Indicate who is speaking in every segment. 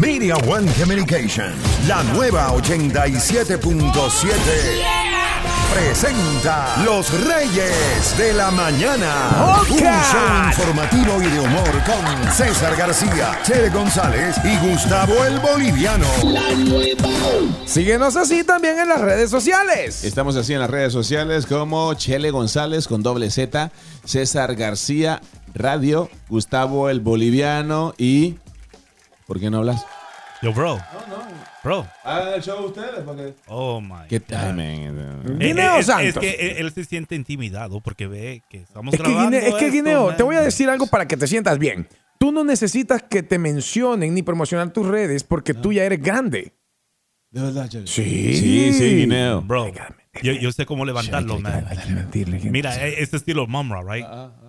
Speaker 1: Media One Communication, la nueva 87.7. Presenta Los Reyes de la Mañana. Un show informativo y de humor con César García, Che González y Gustavo el Boliviano.
Speaker 2: Síguenos así también en las redes sociales.
Speaker 3: Estamos así en las redes sociales como Chele González con doble Z, César García Radio, Gustavo el Boliviano y... ¿Por qué no hablas?
Speaker 4: Yo, bro. Bro.
Speaker 3: Hagan Ah, el show ustedes porque...
Speaker 4: Oh my.
Speaker 3: ¿Qué
Speaker 4: God.
Speaker 3: tal,
Speaker 4: Eh,
Speaker 2: Guineo
Speaker 4: eh, es,
Speaker 2: Santos.
Speaker 4: es que él, él se siente intimidado porque ve que estamos
Speaker 2: Es que,
Speaker 4: grabando.
Speaker 2: Guineo, es que,
Speaker 4: esto,
Speaker 2: Guineo,
Speaker 4: man.
Speaker 2: te voy a decir algo para que te sientas bien. Tú no necesitas que te mencionen ni promocionar tus redes porque tú ya eres grande.
Speaker 3: De verdad, Chele.
Speaker 2: Sí.
Speaker 3: Sí, sí, Guineo.
Speaker 4: Bro,
Speaker 2: Venga,
Speaker 4: yo, yo sé cómo levantarlo, man. Mira, eh, este estilo Mumra, right?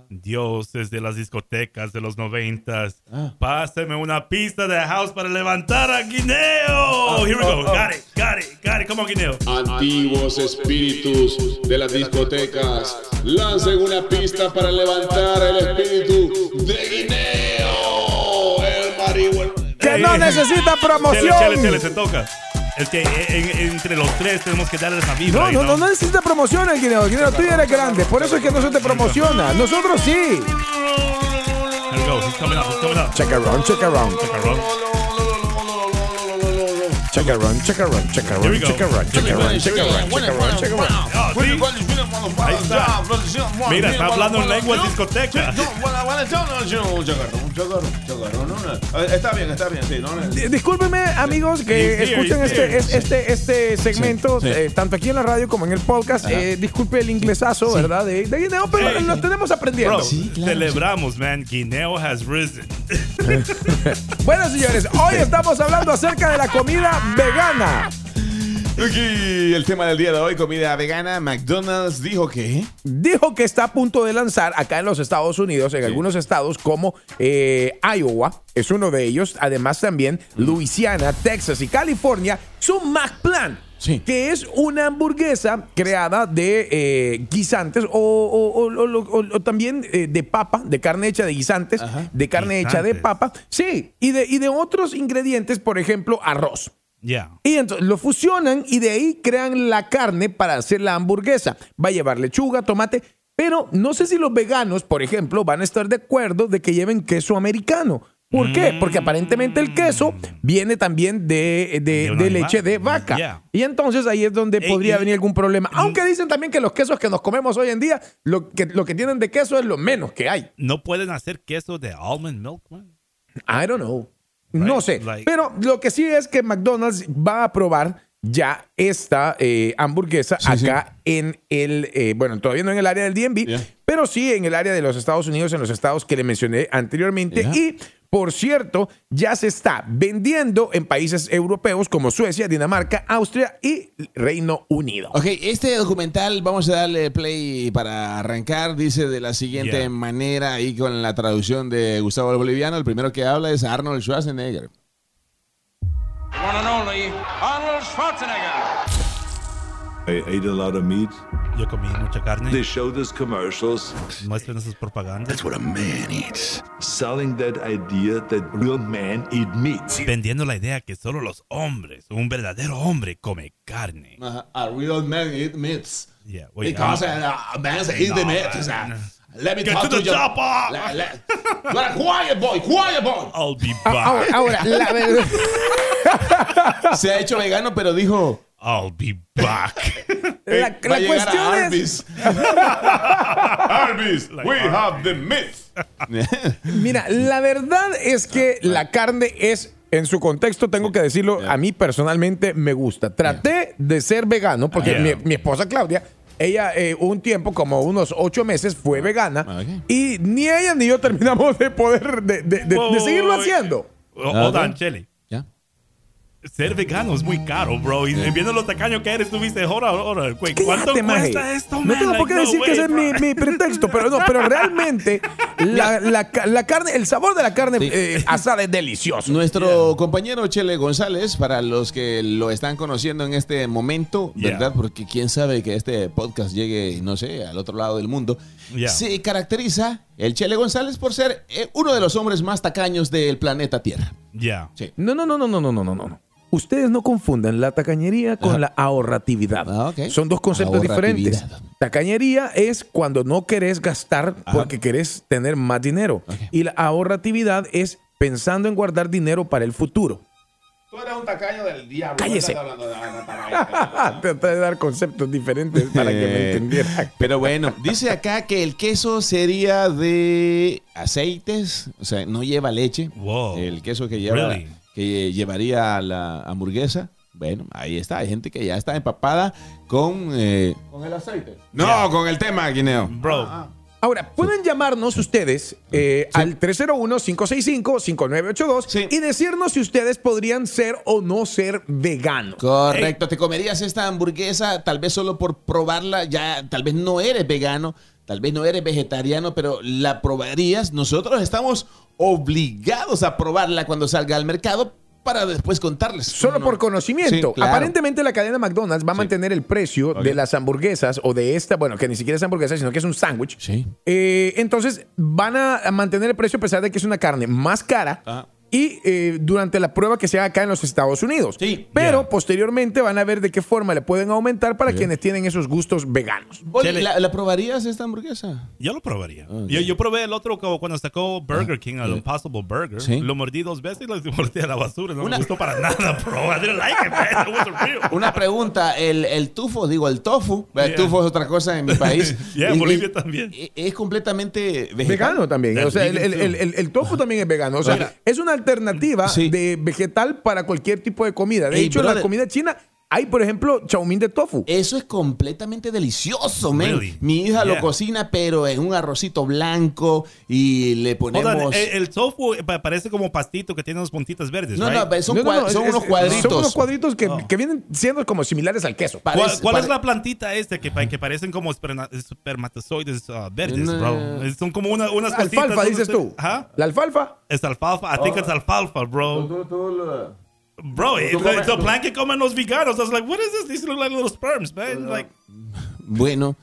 Speaker 4: Dioses de las discotecas de los noventas. Páseme una pista de house para levantar a Guineo. Here we go. Got it, got it, got it. Come on, Guineo.
Speaker 5: Antiguos espíritus de las discotecas lancen una pista para levantar el espíritu de Guineo, el marihuana.
Speaker 2: Que
Speaker 4: Ey,
Speaker 2: no
Speaker 4: ey,
Speaker 2: necesita
Speaker 4: Chele,
Speaker 2: promoción.
Speaker 4: chele, chele, se toca. Es que eh, en- entre los tres tenemos que darle esa vibra.
Speaker 2: No, no, no, no necesita promoción el Guineo. Guineo, tú ya eres grande. Por eso es que no se te promociona. Nosotros sí.
Speaker 4: Here we go. He's coming up, he's coming up.
Speaker 2: Check around, check around.
Speaker 4: Cabrón.
Speaker 2: Check around, check around, check
Speaker 4: Here we
Speaker 2: around,
Speaker 4: go.
Speaker 2: check around, check around, check around, check around, check around.
Speaker 4: Ah, sí. Ahí está. Mira, está hablando en lengua discoteca.
Speaker 5: Está bien, está bien, sí, no, no.
Speaker 2: Di- Discúlpeme, amigos, que
Speaker 4: Sí, sí,
Speaker 2: escuchan
Speaker 4: sí,
Speaker 2: este, es-
Speaker 4: sí.
Speaker 2: este, este segmento,
Speaker 3: Sí, sí.
Speaker 2: eh, tanto aquí en la radio como en el podcast. Eh, disculpe el inglesazo, ¿verdad? De, de Guineo, pero
Speaker 4: Sí.
Speaker 2: nos tenemos aprendiendo.
Speaker 4: Bro, celebramos, man. Guineo has risen.
Speaker 2: Bueno, señores, hoy estamos hablando acerca de la comida vegana.
Speaker 3: Aquí el tema del día de hoy, comida vegana. McDonald's dijo que...
Speaker 2: Dijo que está a punto de lanzar acá en los Estados Unidos, en algunos estados como eh, Iowa, es uno de ellos, además también Luisiana, Texas y California, su McPlan.
Speaker 3: Sí.
Speaker 2: Que es una hamburguesa creada de eh, guisantes o, o- o- o- o- o también eh, de papa, de carne hecha de guisantes,
Speaker 3: Ajá.
Speaker 2: de carne hecha de
Speaker 4: Guisantes.
Speaker 2: papa, sí, y de, y de otros ingredientes, por ejemplo, arroz.
Speaker 4: Yeah.
Speaker 2: Y entonces lo fusionan y de ahí crean la carne para hacer la hamburguesa. Va a llevar lechuga, tomate, pero no sé si los veganos, por ejemplo, van a estar de acuerdo de que lleven queso americano. ¿Por
Speaker 4: Mm.
Speaker 2: qué? Porque aparentemente el queso viene también de, de-
Speaker 4: De un
Speaker 2: de
Speaker 4: animal.
Speaker 2: leche de vaca.
Speaker 4: Yeah.
Speaker 2: Y entonces ahí es donde
Speaker 4: Ey,
Speaker 2: podría
Speaker 4: y-
Speaker 2: venir algún problema. Aunque dicen también que los quesos que nos comemos hoy en día, lo que, lo que tienen de queso es lo menos que hay.
Speaker 4: No pueden hacer queso de almond milk, man.
Speaker 2: I don't know. No
Speaker 4: Right,
Speaker 2: sé.
Speaker 4: like-
Speaker 2: Pero lo que sí es que McDonald's va a probar ya esta eh, hamburguesa
Speaker 3: sí.
Speaker 2: acá en el, eh, bueno, todavía no en el área del DMV,
Speaker 3: Yeah.
Speaker 2: pero sí en el área de los Estados Unidos, en los estados que le mencioné anteriormente.
Speaker 3: Yeah.
Speaker 2: Y, por cierto, ya se está vendiendo en países europeos como Suecia, Dinamarca, Austria y Reino Unido.
Speaker 3: Ok, este documental vamos a darle play para arrancar. Dice de la siguiente
Speaker 4: Yeah.
Speaker 3: manera y con la traducción de Gustavo el Boliviano. El primero que habla es Arnold Schwarzenegger.
Speaker 6: One and only Arnold Schwarzenegger.
Speaker 7: I ate a lot of meat.
Speaker 4: Yo comí mucha
Speaker 7: They
Speaker 4: carne.
Speaker 7: showed us commercials
Speaker 4: Muestran esas propagandas.
Speaker 7: selling that idea that real men eat meat.
Speaker 4: Vendiendo la idea que solo los hombres, un verdadero hombre, come carne.
Speaker 3: Ajá, a real man eat meats.
Speaker 4: Yeah, wait,
Speaker 3: Because
Speaker 4: I'm-
Speaker 3: uh, a, a man eat
Speaker 4: No,
Speaker 3: the meat.
Speaker 4: man.
Speaker 3: O sea, let me
Speaker 4: Get
Speaker 3: talk
Speaker 4: to the
Speaker 3: you.
Speaker 4: chopper.
Speaker 3: Le- le- you are a quiet boy, quiet boy.
Speaker 4: I'll be
Speaker 3: Ah.
Speaker 2: Ahora,
Speaker 4: back.
Speaker 2: ahora, la verdad.
Speaker 3: Se ha hecho vegano, pero dijo.
Speaker 4: I'll be back.
Speaker 3: eh,
Speaker 2: La,
Speaker 3: va
Speaker 2: la
Speaker 3: a llegar a
Speaker 2: cuestión es.
Speaker 3: Arby's.
Speaker 5: Arby's, we
Speaker 4: Arby's.
Speaker 5: have the myth.
Speaker 2: Mira, la verdad es
Speaker 4: Ah,
Speaker 2: que la carne es, en su contexto, tengo que decirlo, a mí personalmente me gusta. Traté de ser vegano porque
Speaker 4: Ah,
Speaker 2: mi,
Speaker 4: yeah.
Speaker 2: mi esposa Claudia, ella eh, un tiempo, como unos ocho meses, fue vegana
Speaker 3: Ah, ok.
Speaker 2: y ni ella ni yo terminamos de poder de, de- de- de seguirlo
Speaker 4: Whoa,
Speaker 2: haciendo.
Speaker 4: wait, wait. oh, Hold
Speaker 3: Ah,
Speaker 4: on,
Speaker 3: ok.
Speaker 4: Chele.
Speaker 3: Ya.
Speaker 4: Ser vegano es muy caro, bro. Y viendo lo tacaño que eres, tú viste, ahora, ahora, güey, ¿cuánto
Speaker 2: Fíjate, maje,
Speaker 4: cuesta esto,
Speaker 2: No tengo
Speaker 4: man?
Speaker 2: por qué
Speaker 4: Like,
Speaker 2: decir
Speaker 4: no
Speaker 2: que ese
Speaker 4: way,
Speaker 2: es mi,
Speaker 4: bro.
Speaker 2: mi pretexto, pero no, pero realmente la, la ca- la carne, el sabor de la carne
Speaker 3: Sí.
Speaker 2: eh, asada es delicioso.
Speaker 3: Nuestro compañero Chele González, para los que lo están conociendo en este momento,
Speaker 4: Yeah.
Speaker 3: ¿verdad? Porque quién sabe que este podcast llegue, no sé, al otro lado del mundo.
Speaker 4: Yeah.
Speaker 3: Se caracteriza el Chele González por ser eh, uno de los hombres más tacaños del planeta Tierra.
Speaker 4: Yeah.
Speaker 2: No, no, no, no, no, no, no, no, no. Ustedes no confundan la tacañería con la ahorratividad.
Speaker 3: Ah, ok.
Speaker 2: Son dos conceptos
Speaker 3: Ahorratividad.
Speaker 2: diferentes. Tacañería es cuando no querés gastar porque querés tener más dinero. Y la ahorratividad es pensando en guardar dinero para el futuro.
Speaker 5: Tú eres un tacaño del diablo.
Speaker 2: ¡Cállese! Traté de dar conceptos diferentes para que me
Speaker 3: Eh,
Speaker 2: entendieran.
Speaker 3: Pero bueno, dice acá que el queso sería de aceites, o sea, no lleva leche.
Speaker 4: Wow.
Speaker 3: El queso que lleva
Speaker 4: Really?
Speaker 3: que llevaría a la hamburguesa. Bueno, ahí está, hay gente que ya está empapada con eh, con el aceite. No, con el tema, Guineo.
Speaker 4: Bro,
Speaker 2: Ahora, pueden llamarnos ustedes eh, al 301-565-5982
Speaker 3: Sí.
Speaker 2: y decirnos si ustedes podrían ser o no ser veganos.
Speaker 3: Correcto, te comerías esta hamburguesa tal vez solo por probarla, ya tal vez no eres vegano, tal vez no eres vegetariano, pero la probarías. Nosotros estamos obligados a probarla cuando salga al mercado para después contarles.
Speaker 2: Solo por conocimiento.
Speaker 3: Mm. Sí, claro.
Speaker 2: Aparentemente la cadena McDonald's va a mantener el precio de las hamburguesas o de esta, bueno, que ni siquiera es hamburguesa, sino que es un sándwich.
Speaker 3: Sí.
Speaker 2: Eh, entonces van a a mantener el precio a pesar de que es una carne más cara.
Speaker 3: Ajá.
Speaker 2: Y eh, durante la prueba que se haga acá en los Estados Unidos.
Speaker 3: Sí.
Speaker 2: Pero
Speaker 4: Ya.
Speaker 2: posteriormente van a ver de qué forma le pueden aumentar para quienes tienen esos gustos veganos.
Speaker 3: Oye,
Speaker 4: Chele.
Speaker 3: ¿la, la probarías esta hamburguesa?
Speaker 4: yo lo probaría.
Speaker 2: Ah,
Speaker 4: yo, yo probé el otro co- cuando sacó Burger King, el Impossible Burger.
Speaker 3: Sí.
Speaker 4: Lo mordí dos veces y lo mordí a la basura. No me gustó para nada, bro. I didn't like it, man. It wasn't real.
Speaker 3: Una pregunta, el, el tufo, digo el tofu, el
Speaker 4: Yeah.
Speaker 3: tufo es otra cosa en mi país.
Speaker 4: Yeah,
Speaker 3: Y-
Speaker 4: en Bolivia
Speaker 3: y-
Speaker 4: también.
Speaker 3: y- Es completamente vegetal.
Speaker 2: Vegano también.
Speaker 4: That's
Speaker 2: O sea, el,
Speaker 4: vegan
Speaker 2: el- el-
Speaker 4: too.
Speaker 2: el- el tofu también es vegano. O sea, es una alternativa
Speaker 3: Sí.
Speaker 2: de vegetal para cualquier tipo de comida. De
Speaker 3: Ey,
Speaker 2: hecho, en la
Speaker 3: brother. Eh,
Speaker 2: comida china hay, por ejemplo, chaumín de tofu.
Speaker 3: Eso es completamente delicioso, men.
Speaker 4: Really?
Speaker 3: Mi hija lo
Speaker 4: Yeah.
Speaker 3: cocina, pero en un arrocito blanco y le
Speaker 4: Hold on,
Speaker 3: ponemos.
Speaker 4: el, el tofu eh, pa- parece como pastito que tiene unas puntitas verdes,
Speaker 3: no,
Speaker 4: right?
Speaker 3: no, son,
Speaker 2: No, no,
Speaker 3: cua-
Speaker 2: no, es-
Speaker 3: son
Speaker 2: es-
Speaker 3: unos cuadritos. Ah.
Speaker 2: Son unos cuadritos que,
Speaker 4: Oh.
Speaker 2: que vienen siendo como similares al queso.
Speaker 4: ¿Cuál,
Speaker 3: Parece-
Speaker 4: cuál es
Speaker 3: pare-
Speaker 4: la plantita esta que, pa- que parecen como esperma- espermatozoides ah, verdes,
Speaker 3: No.
Speaker 4: bro? Es- Son como una- unas cositas,
Speaker 2: Alfalfa,
Speaker 4: no
Speaker 2: dices
Speaker 4: sé-
Speaker 2: tú.
Speaker 4: Ajá.
Speaker 2: La alfalfa.
Speaker 4: Es alfalfa. I think it's alfalfa, bro. Bro, it's, a- it's a plant que comen los veganos. I was like, what is this? These look like little sperms, man. Like,
Speaker 3: Bueno,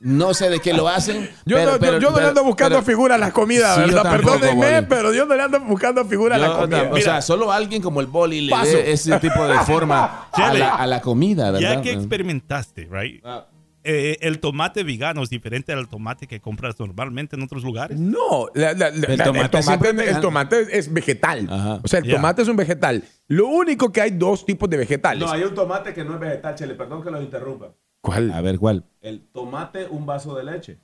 Speaker 3: no sé de qué lo
Speaker 4: Ah.
Speaker 3: hacen.
Speaker 2: Yo,
Speaker 3: pero-
Speaker 2: no, yo-
Speaker 3: pero-
Speaker 2: yo no le
Speaker 3: pero-
Speaker 2: ando buscando
Speaker 3: pero-
Speaker 2: figura a las comidas,
Speaker 3: Sí, yo
Speaker 2: ¿verdad?
Speaker 3: tampoco,
Speaker 2: Perdónenme,
Speaker 3: Boli.
Speaker 2: pero yo no le ando buscando figura a
Speaker 3: Yo
Speaker 2: la comida.
Speaker 3: tampoco, o sea, solo alguien como el boli le
Speaker 2: Paso.
Speaker 3: dé ese tipo de forma a
Speaker 4: Chele.
Speaker 3: la, a la comida, ¿verdad?
Speaker 4: ya que experimentaste, right? Eh, el tomate vegano es diferente al tomate que compras normalmente en otros lugares.
Speaker 2: No, la- la- la- la- el,
Speaker 3: tomate
Speaker 2: tomate
Speaker 3: siempre es
Speaker 2: el
Speaker 3: vegano.
Speaker 2: tomate es vegetal.
Speaker 3: Ajá.
Speaker 2: O sea, el
Speaker 4: Ya.
Speaker 2: tomate es un vegetal. Lo único que hay dos tipos de vegetales.
Speaker 8: No, hay un tomate que no es vegetal, chele, perdón que los interrumpa.
Speaker 2: ¿Cuál?
Speaker 3: A ver, ¿cuál?
Speaker 8: El tomate, un vaso de leche.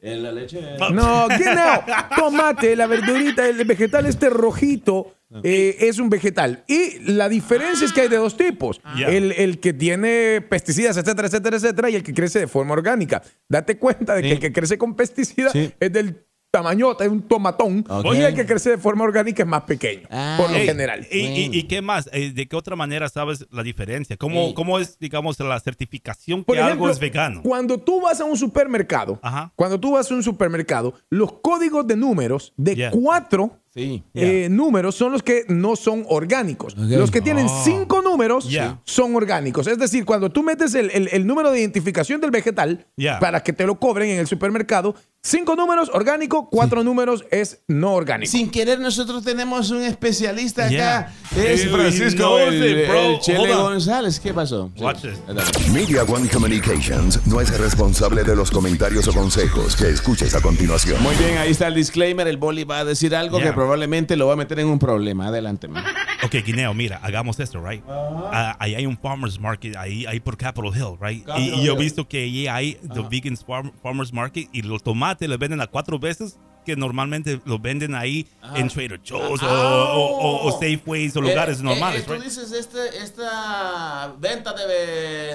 Speaker 8: Eh, La leche es...
Speaker 2: No, ¿qué no? Tomate, la verdurita, el vegetal este rojito eh, es un vegetal. Y la diferencia es que hay de dos tipos.
Speaker 4: Ya.
Speaker 2: El, el que tiene pesticidas, etcétera, etcétera, etcétera, y el que crece de forma orgánica. Date cuenta de que el que crece con pesticidas
Speaker 3: Sí.
Speaker 2: es del tamañota, es un tomatón.
Speaker 3: Ok.
Speaker 2: Y el que crece de forma orgánica es más pequeño,
Speaker 3: Ah.
Speaker 2: por lo
Speaker 4: Ey,
Speaker 2: general.
Speaker 4: ¿Y, y- y qué más? Eh, ¿De qué otra manera sabes la diferencia? ¿Cómo,
Speaker 3: Ey.
Speaker 4: cómo es, digamos, la certificación
Speaker 2: Por
Speaker 4: que
Speaker 2: ejemplo,
Speaker 4: algo es vegano?
Speaker 2: cuando tú vas a un supermercado,
Speaker 4: Ajá.
Speaker 2: cuando tú vas a un supermercado, los códigos de números de
Speaker 4: Yeah.
Speaker 2: cuatro
Speaker 3: Sí.
Speaker 2: eh, números son los que no son orgánicos. Los que tienen cinco números
Speaker 4: Oh. Yeah.
Speaker 2: son orgánicos. Es decir, cuando tú metes el, el- el número de identificación del vegetal
Speaker 4: Yeah.
Speaker 2: para que te lo cobren en el supermercado, cinco números orgánico, cuatro números es no orgánico.
Speaker 3: Sin querer, nosotros tenemos un especialista
Speaker 4: Yeah.
Speaker 3: acá. Es
Speaker 4: Dude,
Speaker 3: Francisco
Speaker 4: he knows
Speaker 3: el,
Speaker 4: it, bro.
Speaker 3: el Chele
Speaker 4: Hold on.
Speaker 3: González. ¿Qué pasó?
Speaker 4: Watch this.
Speaker 1: Media One Communications no es responsable de los comentarios o consejos que escuches a continuación.
Speaker 3: Muy bien, ahí está el disclaimer. El boli va a decir algo
Speaker 4: Yeah.
Speaker 3: que probablemente lo va a meter en un problema. Adelante. man.
Speaker 4: Ok, Guineo, mira, hagamos esto, right? Ah, ahí hay un farmer's market, ahí, ahí por Capitol Hill, right? Y, y yo he visto que allí hay the vegan farm- farmer's market y los tomates los venden a cuatro veces que normalmente los venden ahí en Trader Joe's o, o- o- o Safeways o lugares
Speaker 3: Ah, Oh. Eh,
Speaker 4: normales,
Speaker 3: eh, tú
Speaker 4: right?
Speaker 3: dices este- esta venta de,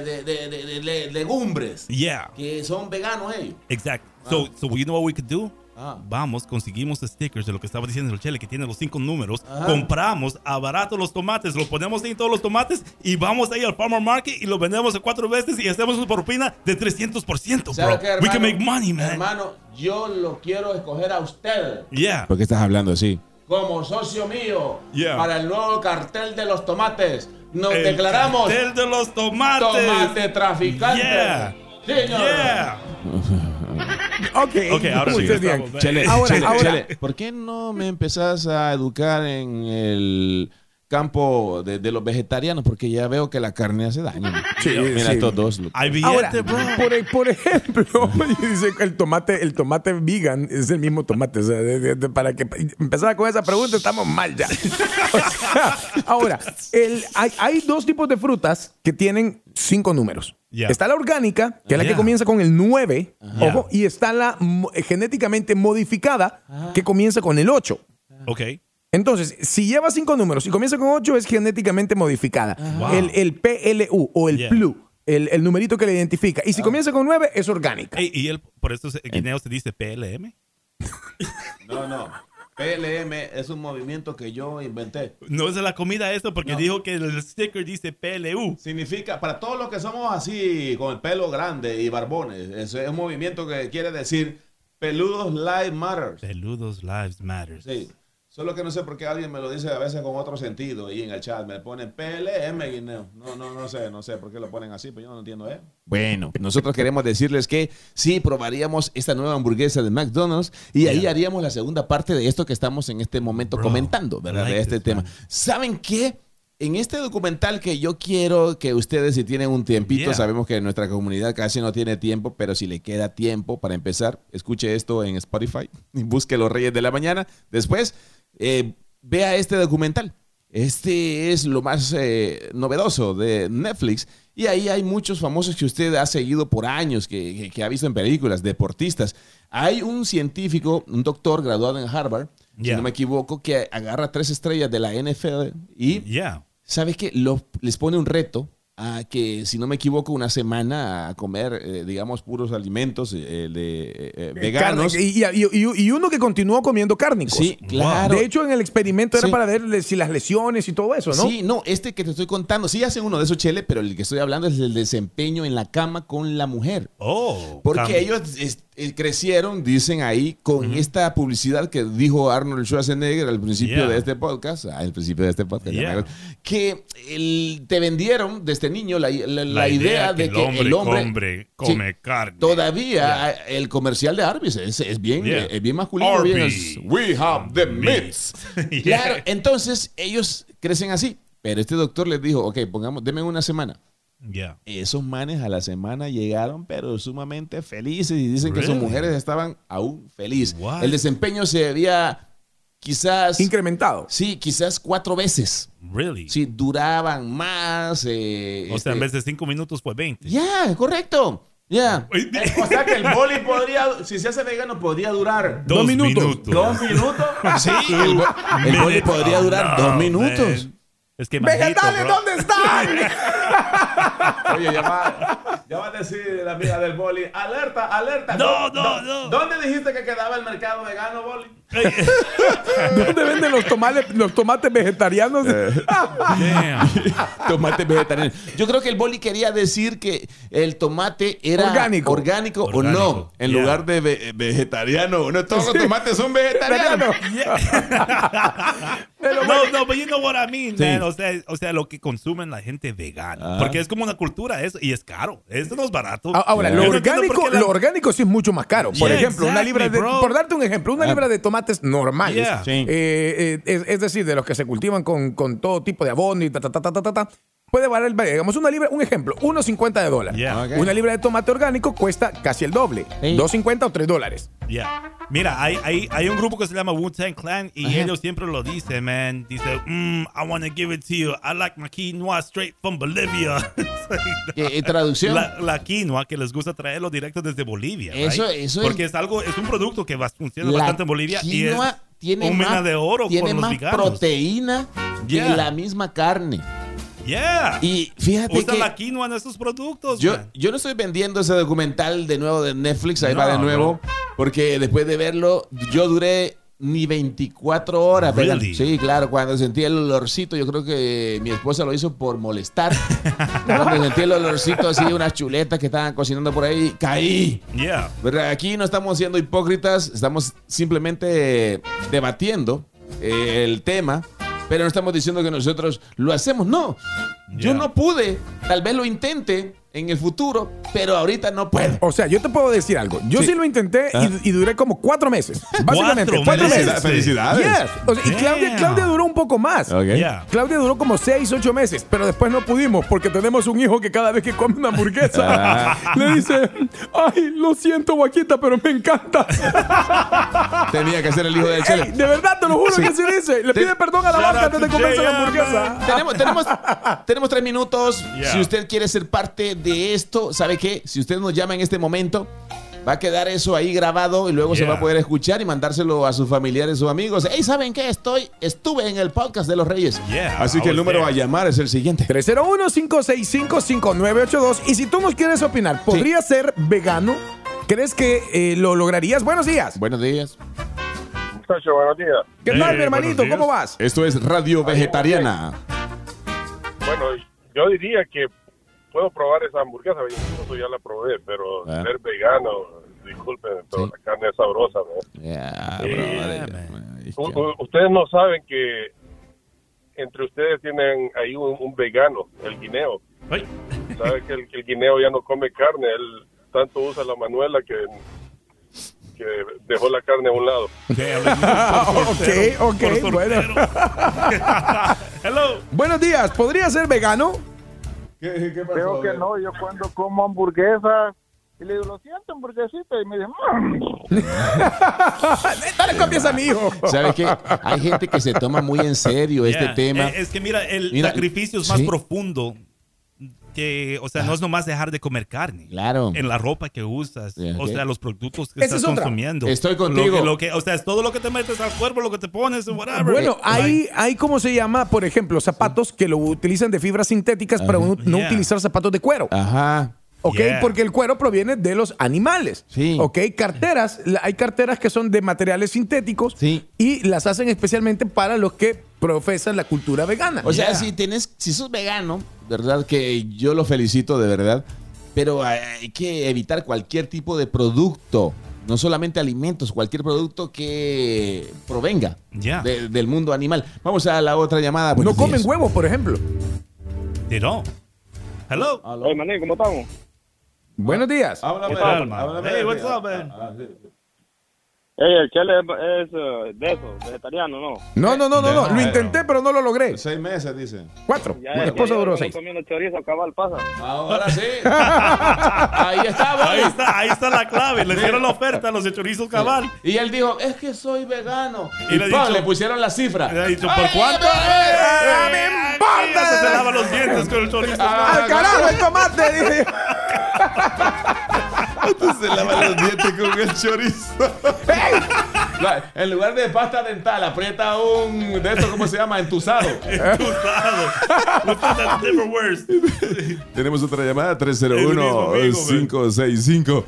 Speaker 3: de- de- de- de- de legumbres
Speaker 4: Yeah,
Speaker 3: que son veganos eh. ellos.
Speaker 4: exact. So, so you know what we could do?
Speaker 3: Ah.
Speaker 4: Vamos, conseguimos stickers de lo que estaba diciendo el Chele, que tiene los cinco números. Compramos a barato los tomates, los ponemos ahí todos los tomates y vamos ahí al farmer market y los vendemos a cuatro veces y hacemos una propina de 300%,
Speaker 3: ¿Sabe
Speaker 4: bro.
Speaker 3: qué,
Speaker 4: We
Speaker 3: hermano?
Speaker 4: can make money, man.
Speaker 3: Hermano, yo lo quiero escoger a usted
Speaker 4: Yeah.
Speaker 3: ¿Por qué estás hablando así?
Speaker 8: Como socio mío,
Speaker 4: Yeah.
Speaker 8: para el nuevo cartel de los tomates, nos
Speaker 4: El
Speaker 8: declaramos
Speaker 4: cartel de los tomates.
Speaker 8: tomate traficante.
Speaker 4: Yeah.
Speaker 8: Señor.
Speaker 4: Yeah.
Speaker 2: Ok,
Speaker 4: Ok, ahora sí.
Speaker 2: Usted
Speaker 4: ya
Speaker 2: bien.
Speaker 4: estamos.
Speaker 3: Chele,
Speaker 2: Ahora,
Speaker 3: Chele,
Speaker 2: ahora.
Speaker 3: Chele, ¿por qué no me empezás a educar en el campo de, de los vegetarianos? Porque ya veo que la carne hace daño.
Speaker 2: Sí,
Speaker 3: Mira
Speaker 2: sí.
Speaker 3: estos dos.
Speaker 8: Ah,
Speaker 3: loco.
Speaker 4: Hay
Speaker 2: Ahora,
Speaker 4: billete, bro.
Speaker 2: por, e- por ejemplo, dice que el tomate, el tomate vegan es el mismo tomate. o sea, de- de- de- para que empezar con esa pregunta, estamos mal ya. O sea, ahora, el- hay, hay dos tipos de frutas que tienen cinco números.
Speaker 4: Ya.
Speaker 2: Está la orgánica, que es la
Speaker 4: Ya.
Speaker 2: que comienza con el 9,
Speaker 4: Ajá.
Speaker 2: ojo, y está la mo- genéticamente modificada,
Speaker 4: Ah.
Speaker 2: que comienza con el 8.
Speaker 4: Ok.
Speaker 2: Entonces, si lleva cinco números y comienza con ocho, es genéticamente modificada.
Speaker 4: Wow.
Speaker 2: El, el PLU o el
Speaker 4: Yeah.
Speaker 2: PLU, el, el numerito que le identifica.
Speaker 3: Ah.
Speaker 2: Y si comienza con nueve, es orgánica.
Speaker 4: Ey, y él, por eso se- Guineo se dice PLM.
Speaker 8: No, no. PLM es un movimiento que yo inventé.
Speaker 4: No es la comida eso porque dijo que el sticker dice PLU.
Speaker 8: Significa, para todos los que somos así, con el pelo grande y barbones, eso es un movimiento que quiere decir peludos live matters.
Speaker 4: Peludos Lives Matters.
Speaker 8: Sí. Solo que no sé por qué alguien me lo dice a veces con otro sentido y en el chat me ponen PLM Guineo. No, no, no sé, no sé por qué lo ponen así, pero yo no entiendo, ¿eh?
Speaker 3: Bueno, nosotros queremos decirles que sí probaríamos esta nueva hamburguesa de McDonald's y ahí
Speaker 4: Yeah.
Speaker 3: haríamos la segunda parte de esto que estamos en este momento
Speaker 4: Bro,
Speaker 3: comentando, ¿verdad?
Speaker 4: I like
Speaker 3: de este
Speaker 4: this,
Speaker 3: tema.
Speaker 4: man.
Speaker 3: ¿Saben qué? En este documental que yo quiero que ustedes si tienen un tiempito,
Speaker 4: Yeah.
Speaker 3: sabemos que nuestra comunidad casi no tiene tiempo, pero si le queda tiempo para empezar, escuche esto en Spotify, y busque Los Reyes de la Mañana, después eh, vea este documental. Este es lo más eh, novedoso de Netflix. Y ahí hay muchos famosos que usted ha seguido por años, que, que- que ha visto en películas, deportistas. Hay un científico, un doctor graduado en Harvard, si
Speaker 4: Yeah.
Speaker 3: no me equivoco, que agarra tres estrellas de la NFL y
Speaker 4: Yeah.
Speaker 3: ¿sabes qué? Lo- les pone un reto a que, si no me equivoco, una semana a comer, eh, digamos, puros alimentos eh, de, eh, eh, veganos.
Speaker 2: Carne- Y, y- y- y uno que continuó comiendo cárnicos.
Speaker 3: Sí, claro.
Speaker 2: De hecho, en el experimento era
Speaker 3: Sí.
Speaker 2: para ver le- si las lesiones y todo eso, ¿no?
Speaker 3: Sí, no, este que te estoy contando, sí hacen uno de esos chele, pero el que estoy hablando es el desempeño en la cama con la mujer.
Speaker 4: Oh.
Speaker 3: Porque
Speaker 4: cambio.
Speaker 3: ellos es- eh, crecieron, dicen ahí, con esta publicidad que dijo Arnold Schwarzenegger al principio
Speaker 4: Yeah.
Speaker 3: de este podcast, ah, al principio de este podcast, ya me
Speaker 4: Yeah.
Speaker 3: acuerdo, que el- te vendieron desde niño la, la- la
Speaker 4: La
Speaker 3: idea,
Speaker 4: idea
Speaker 3: de
Speaker 4: que el
Speaker 3: que
Speaker 4: hombre
Speaker 3: el hombre,
Speaker 4: compre- come carne.
Speaker 3: Todavía eh, el comercial de Arby's es, es bien,
Speaker 4: Yeah.
Speaker 3: es bien masculino. bien,
Speaker 4: Arby's.
Speaker 3: es, We have the meats.
Speaker 4: Meats. Yeah.
Speaker 3: Claro, eh, entonces ellos crecen así. Pero este doctor les dijo, ok, pongamos, denme una semana.
Speaker 4: Yeah.
Speaker 3: Esos manes a la semana llegaron, pero sumamente felices y dicen que sus
Speaker 4: Really?
Speaker 3: mujeres estaban aún felices.
Speaker 4: What?
Speaker 3: El desempeño se había quizás,
Speaker 2: Incrementado.
Speaker 3: sí, quizás cuatro veces.
Speaker 4: Really.
Speaker 3: Sí, duraban más. eh,
Speaker 4: o sea, en
Speaker 3: este-
Speaker 4: vez de 5 minutos fue 20.
Speaker 3: Ya, correcto. Ya. Eh,
Speaker 8: O sea que el boli podría, si se hace vegano, podría durar
Speaker 4: Dos, minutos.
Speaker 8: dos minutos.
Speaker 3: Sí, el, bo- el
Speaker 4: Minutes.
Speaker 3: boli podría
Speaker 4: Oh,
Speaker 3: durar
Speaker 4: no,
Speaker 3: dos minutos.
Speaker 4: man. Es que
Speaker 2: ¡Vegetales,
Speaker 4: manjito, bro.
Speaker 2: ¿dónde están?
Speaker 8: Oye, ya va, ya va a decir la amiga del boli, alerta, alerta.
Speaker 4: No,
Speaker 8: ¿Dó-
Speaker 4: no,
Speaker 8: dó-
Speaker 4: no.
Speaker 8: ¿Dónde dijiste que quedaba el mercado vegano, boli?
Speaker 2: ¿Dónde venden los tomales, los tomates vegetarianos?
Speaker 3: Eh.
Speaker 4: Damn.
Speaker 3: Tomate vegetariano. Yo creo que el boli quería decir que el tomate era
Speaker 2: Orgánico.
Speaker 3: orgánico o
Speaker 4: Orgánico,
Speaker 3: no. En
Speaker 4: yeah.
Speaker 3: lugar de ve- vegetariano. No, todos los tomates son vegetarianos.
Speaker 4: no, no, but you know what I mean,
Speaker 3: Sí. Ah.
Speaker 4: man. O sea, o sea, lo que consumen la gente vegana. Porque es como una cultura eso y es caro. Eso no es barato.
Speaker 2: A- Ah, Ahora, lo
Speaker 4: Yo no entiendo por
Speaker 2: orgánico,
Speaker 4: qué la-
Speaker 2: lo orgánico sí es mucho más caro. Por
Speaker 4: Yeah,
Speaker 2: ejemplo, una libra de,
Speaker 4: exactly, bro.
Speaker 2: por darte un ejemplo, una libra de tomates normales,
Speaker 4: Yeah.
Speaker 3: Sí.
Speaker 2: eh, eh, es, es decir, de los que se cultivan con, con todo tipo de abono y ta, ta, ta, ta, ta, ta, ta, puede valer, digamos, una libra, un ejemplo, 1.50 de dólar.
Speaker 4: Yeah.
Speaker 3: Ok.
Speaker 2: Una libra de tomate orgánico cuesta casi el doble,
Speaker 3: Sí.
Speaker 2: 2.50 o 3 dólares.
Speaker 4: Yeah. Mira, hay, hay, hay un grupo que se llama Wu-Tang Clan y ellos siempre lo dicen, man. Dice, mm, I want to give it to you. I like my quinoa straight from Bolivia. It's like,
Speaker 3: Eh, eh, traducción.
Speaker 4: la, la quinoa que les gusta traerlo directo desde Bolivia. right?
Speaker 3: Eso- eso es-
Speaker 4: Porque es, algo, es un producto que va- funciona
Speaker 3: la
Speaker 4: bastante en Bolivia y es
Speaker 3: quinoa tiene
Speaker 4: un mina
Speaker 3: más,
Speaker 4: de oro
Speaker 3: tiene
Speaker 4: con los
Speaker 3: más
Speaker 4: veganos.
Speaker 3: proteína que
Speaker 4: Yeah.
Speaker 3: la misma carne.
Speaker 4: Yeah.
Speaker 3: Y fíjate
Speaker 4: Usa
Speaker 3: que
Speaker 4: la quinoa en esos productos.
Speaker 3: Yo,
Speaker 4: man.
Speaker 3: yo no estoy vendiendo ese documental de nuevo de Netflix, ahí
Speaker 4: No,
Speaker 3: va de nuevo,
Speaker 4: bro.
Speaker 3: porque después de verlo yo duré ni 24 horas. ¿verdad?
Speaker 4: Really?
Speaker 3: Sí, claro, cuando sentí el olorcito, yo creo que mi esposa lo hizo por molestar. cuando sentí el olorcito así, unas chuletas que estaban cocinando por ahí, caí.
Speaker 4: Yeah.
Speaker 3: Pero aquí no estamos siendo hipócritas, estamos simplemente debatiendo eh, el tema, pero no estamos diciendo que nosotros lo hacemos, no. Yo no pude, tal vez lo intente en el futuro, pero ahorita no puedo.
Speaker 2: O sea, yo te puedo decir algo. Yo sí, lo intenté y, y duré como cuatro meses. Básicamente, cuatro, meses.
Speaker 4: meses.
Speaker 8: Felicidades.
Speaker 2: Yes. O sea, y Claudia,
Speaker 4: Damn.
Speaker 2: Claudia duró un poco más.
Speaker 8: Ok.
Speaker 4: Yeah.
Speaker 2: Ah. Claudia duró como 6, 8 meses, pero después no pudimos porque tenemos un hijo que cada vez que come una hamburguesa
Speaker 4: Ah.
Speaker 2: le dice, ay, lo siento, vaquita, pero me encanta.
Speaker 8: Tenía que ser el hijo de
Speaker 2: Ey,
Speaker 8: Chele.
Speaker 2: de verdad, te lo juro que se dice. Le
Speaker 8: Te-
Speaker 2: pide perdón a la
Speaker 4: Shout
Speaker 2: vaca
Speaker 4: out
Speaker 2: antes de
Speaker 4: to
Speaker 2: comerse la
Speaker 4: JM.
Speaker 2: hamburguesa.
Speaker 3: Tenemos, tenemos, tenemos tres minutos.
Speaker 4: Yeah.
Speaker 3: Si usted quiere ser parte de esto, ¿sabe qué? Si usted nos llama en este momento, va a quedar eso ahí grabado y luego se
Speaker 4: Yeah.
Speaker 3: va a poder escuchar y mandárselo a sus familiares, sus amigos. Hey, ¿saben qué? Estoy, estuve en el podcast de los Reyes.
Speaker 4: Yeah,
Speaker 8: Así que
Speaker 4: I
Speaker 8: el
Speaker 4: was
Speaker 8: número a
Speaker 4: there.
Speaker 8: llamar es el siguiente.
Speaker 2: 301-565-5982. Y si tú nos quieres opinar, ¿podría ser vegano? ¿Crees que eh, lo lograrías? Buenos días.
Speaker 3: Buenos días.
Speaker 9: Muchachos, buenos días.
Speaker 2: ¿Qué
Speaker 4: Eh,
Speaker 2: tal, mi hermanito?
Speaker 4: buenos días.
Speaker 2: ¿Cómo vas?
Speaker 8: Esto es Radio Vegetariana.
Speaker 9: Bueno, yo diría que puedo probar esa hamburguesa, incluso ya la probé, pero
Speaker 3: Ah.
Speaker 9: ser vegano, disculpen, pero la carne es sabrosa. ¿no?
Speaker 3: Yeah,
Speaker 4: Yeah,
Speaker 3: brother. Ay,
Speaker 4: Oh,
Speaker 9: U-
Speaker 3: qué-
Speaker 9: u- ustedes no saben que entre ustedes tienen ahí un, un vegano, el guineo.
Speaker 4: Ay.
Speaker 9: Saben que el, que el guineo ya no come carne, él tanto usa la manuela que, que dejó la carne a un lado.
Speaker 2: Ah, ok, ok,
Speaker 4: Por
Speaker 2: bueno.
Speaker 4: sortero. Hello.
Speaker 2: Buenos días. ¿Podría ser vegano?
Speaker 8: ¿Qué, qué pasó?
Speaker 9: Creo que no, yo cuando como hamburguesas y le digo, lo siento, hamburguesita, y me dice, "Mm".
Speaker 2: Dale copias a mi hijo.
Speaker 3: ¿Sabe qué? Hay gente que se toma muy en serio este
Speaker 4: Yeah.
Speaker 3: tema.
Speaker 4: Eh, Es que mira, el
Speaker 3: Mira,
Speaker 4: sacrificio es más
Speaker 3: sí.
Speaker 4: profundo que, o sea, no es nomás dejar de comer carne.
Speaker 3: Claro.
Speaker 4: En la ropa que usas,
Speaker 3: Yeah,
Speaker 4: o
Speaker 3: ok.
Speaker 4: sea, los productos que
Speaker 2: Esa
Speaker 4: estás
Speaker 2: es otra.
Speaker 4: consumiendo.
Speaker 3: Estoy
Speaker 4: Lo
Speaker 3: contigo.
Speaker 4: que- lo que- o sea, es todo lo que te metes al cuerpo, lo que te pones, whatever.
Speaker 2: Bueno,
Speaker 4: Like,
Speaker 2: hay, hay como se llama, por ejemplo, zapatos que lo utilizan de fibras sintéticas para no no
Speaker 4: Yeah.
Speaker 2: utilizar zapatos de cuero.
Speaker 3: Ah, Ajá.
Speaker 2: ¿Ok?
Speaker 4: Yeah.
Speaker 2: Porque el cuero proviene de los animales.
Speaker 3: Sí.
Speaker 2: ¿Ok? Carteras, la- hay carteras que son de materiales sintéticos
Speaker 3: Sí.
Speaker 2: y las hacen especialmente para los que profesan la cultura vegana.
Speaker 3: O sea,
Speaker 4: Yeah.
Speaker 3: si tenés, si sos vegano, verdad que yo lo felicito de verdad, pero hay que evitar cualquier tipo de producto, no solamente alimentos, cualquier producto que provenga
Speaker 4: Yeah.
Speaker 3: de- del mundo animal. Vamos a la otra llamada.
Speaker 2: no
Speaker 3: Buenos
Speaker 2: comen
Speaker 3: días.
Speaker 2: huevos, por ejemplo.
Speaker 4: they don't. Hello.
Speaker 3: Aló.
Speaker 9: Oye, manín, ¿cómo estamos?
Speaker 2: Buenos días.
Speaker 9: Ah,
Speaker 8: Háblame,
Speaker 4: ¿Qué tal,
Speaker 8: háblame,
Speaker 4: man?
Speaker 8: háblame.
Speaker 4: Hey, what's up, eh? man?
Speaker 8: Ah, ah, sí.
Speaker 9: Ey, el chele es, es, eh, de eso, vegetariano, ¿no?
Speaker 2: No, no, no, no, no.
Speaker 8: No,
Speaker 2: Lo
Speaker 8: eh,
Speaker 2: intenté, pero no lo logré.
Speaker 8: Seis meses, dice.
Speaker 2: Cuatro.
Speaker 9: Ya
Speaker 2: Mi esposa duró seis.
Speaker 9: comiendo chorizo, cabal, pasa.
Speaker 8: Ahora sí.
Speaker 3: Ahí está, brother.
Speaker 4: Ahí está, ahí está la clave. Le dieron la oferta a los de chorizo cabal.
Speaker 3: Y él dijo, es que soy vegano.
Speaker 4: Y
Speaker 3: Y, le,
Speaker 4: le dicho-
Speaker 3: le pusieron la cifra.
Speaker 4: Le ha dicho,
Speaker 3: Ay,
Speaker 4: ¿por cuánto?
Speaker 3: ay, ay, ay,
Speaker 4: Eh,
Speaker 2: me
Speaker 4: eh,
Speaker 2: importa.
Speaker 4: Se lava los dientes con el chorizo.
Speaker 2: ¡Al carajo el tomate! Dije.
Speaker 8: Se lava los dientes con el chorizo.
Speaker 3: La- En lugar de pasta dental, aprieta un de esto, ¿cómo se llama? Entusado.
Speaker 4: Cruzado. That's never worse.
Speaker 8: Tenemos otra llamada,
Speaker 4: El mismo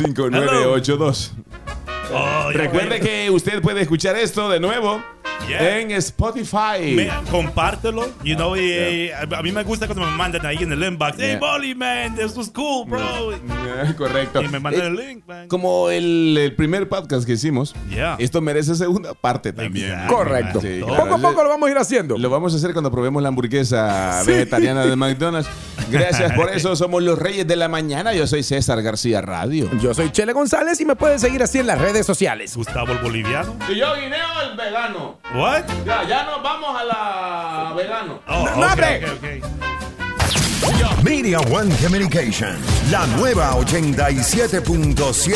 Speaker 8: 301-565-5982.
Speaker 4: Oh, ya ves.
Speaker 8: Recuerde que usted puede escuchar esto de nuevo
Speaker 4: Yeah.
Speaker 8: en Spotify.
Speaker 4: Me- compártelo, you know, y, eh, a, a mí me gusta cuando me mandan ahí en el inbox, hey
Speaker 3: Yeah.
Speaker 4: Bolly man, this was cool, bro.
Speaker 8: Eh, Correcto.
Speaker 4: Y me
Speaker 8: Eh,
Speaker 4: mandan el link, man.
Speaker 8: Como el, el primer podcast que hicimos,
Speaker 4: Yeah.
Speaker 8: esto merece segunda parte también.
Speaker 4: Exacto.
Speaker 2: Correcto.
Speaker 8: Sí, claro.
Speaker 2: Poco a poco lo vamos a ir haciendo.
Speaker 8: Lo vamos a hacer cuando probemos la hamburguesa vegetariana de McDonald's. Gracias por eso. Somos los Reyes de la Mañana. Yo soy César García Radio.
Speaker 2: Yo soy Chele González y me pueden seguir así en las redes sociales.
Speaker 4: Gustavo el boliviano.
Speaker 3: Y yo guineo el vegano.
Speaker 4: What?
Speaker 3: Ya, ya nos vamos a la vegano.
Speaker 4: Oh,
Speaker 2: No,
Speaker 4: okay,
Speaker 2: hombre.
Speaker 4: okay, okay.
Speaker 1: Media One Communication, la nueva 87.7,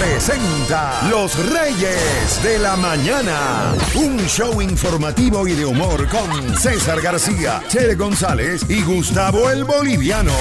Speaker 1: presenta Los Reyes de la Mañana. Un show informativo y de humor con César García, Che González y Gustavo el Boliviano.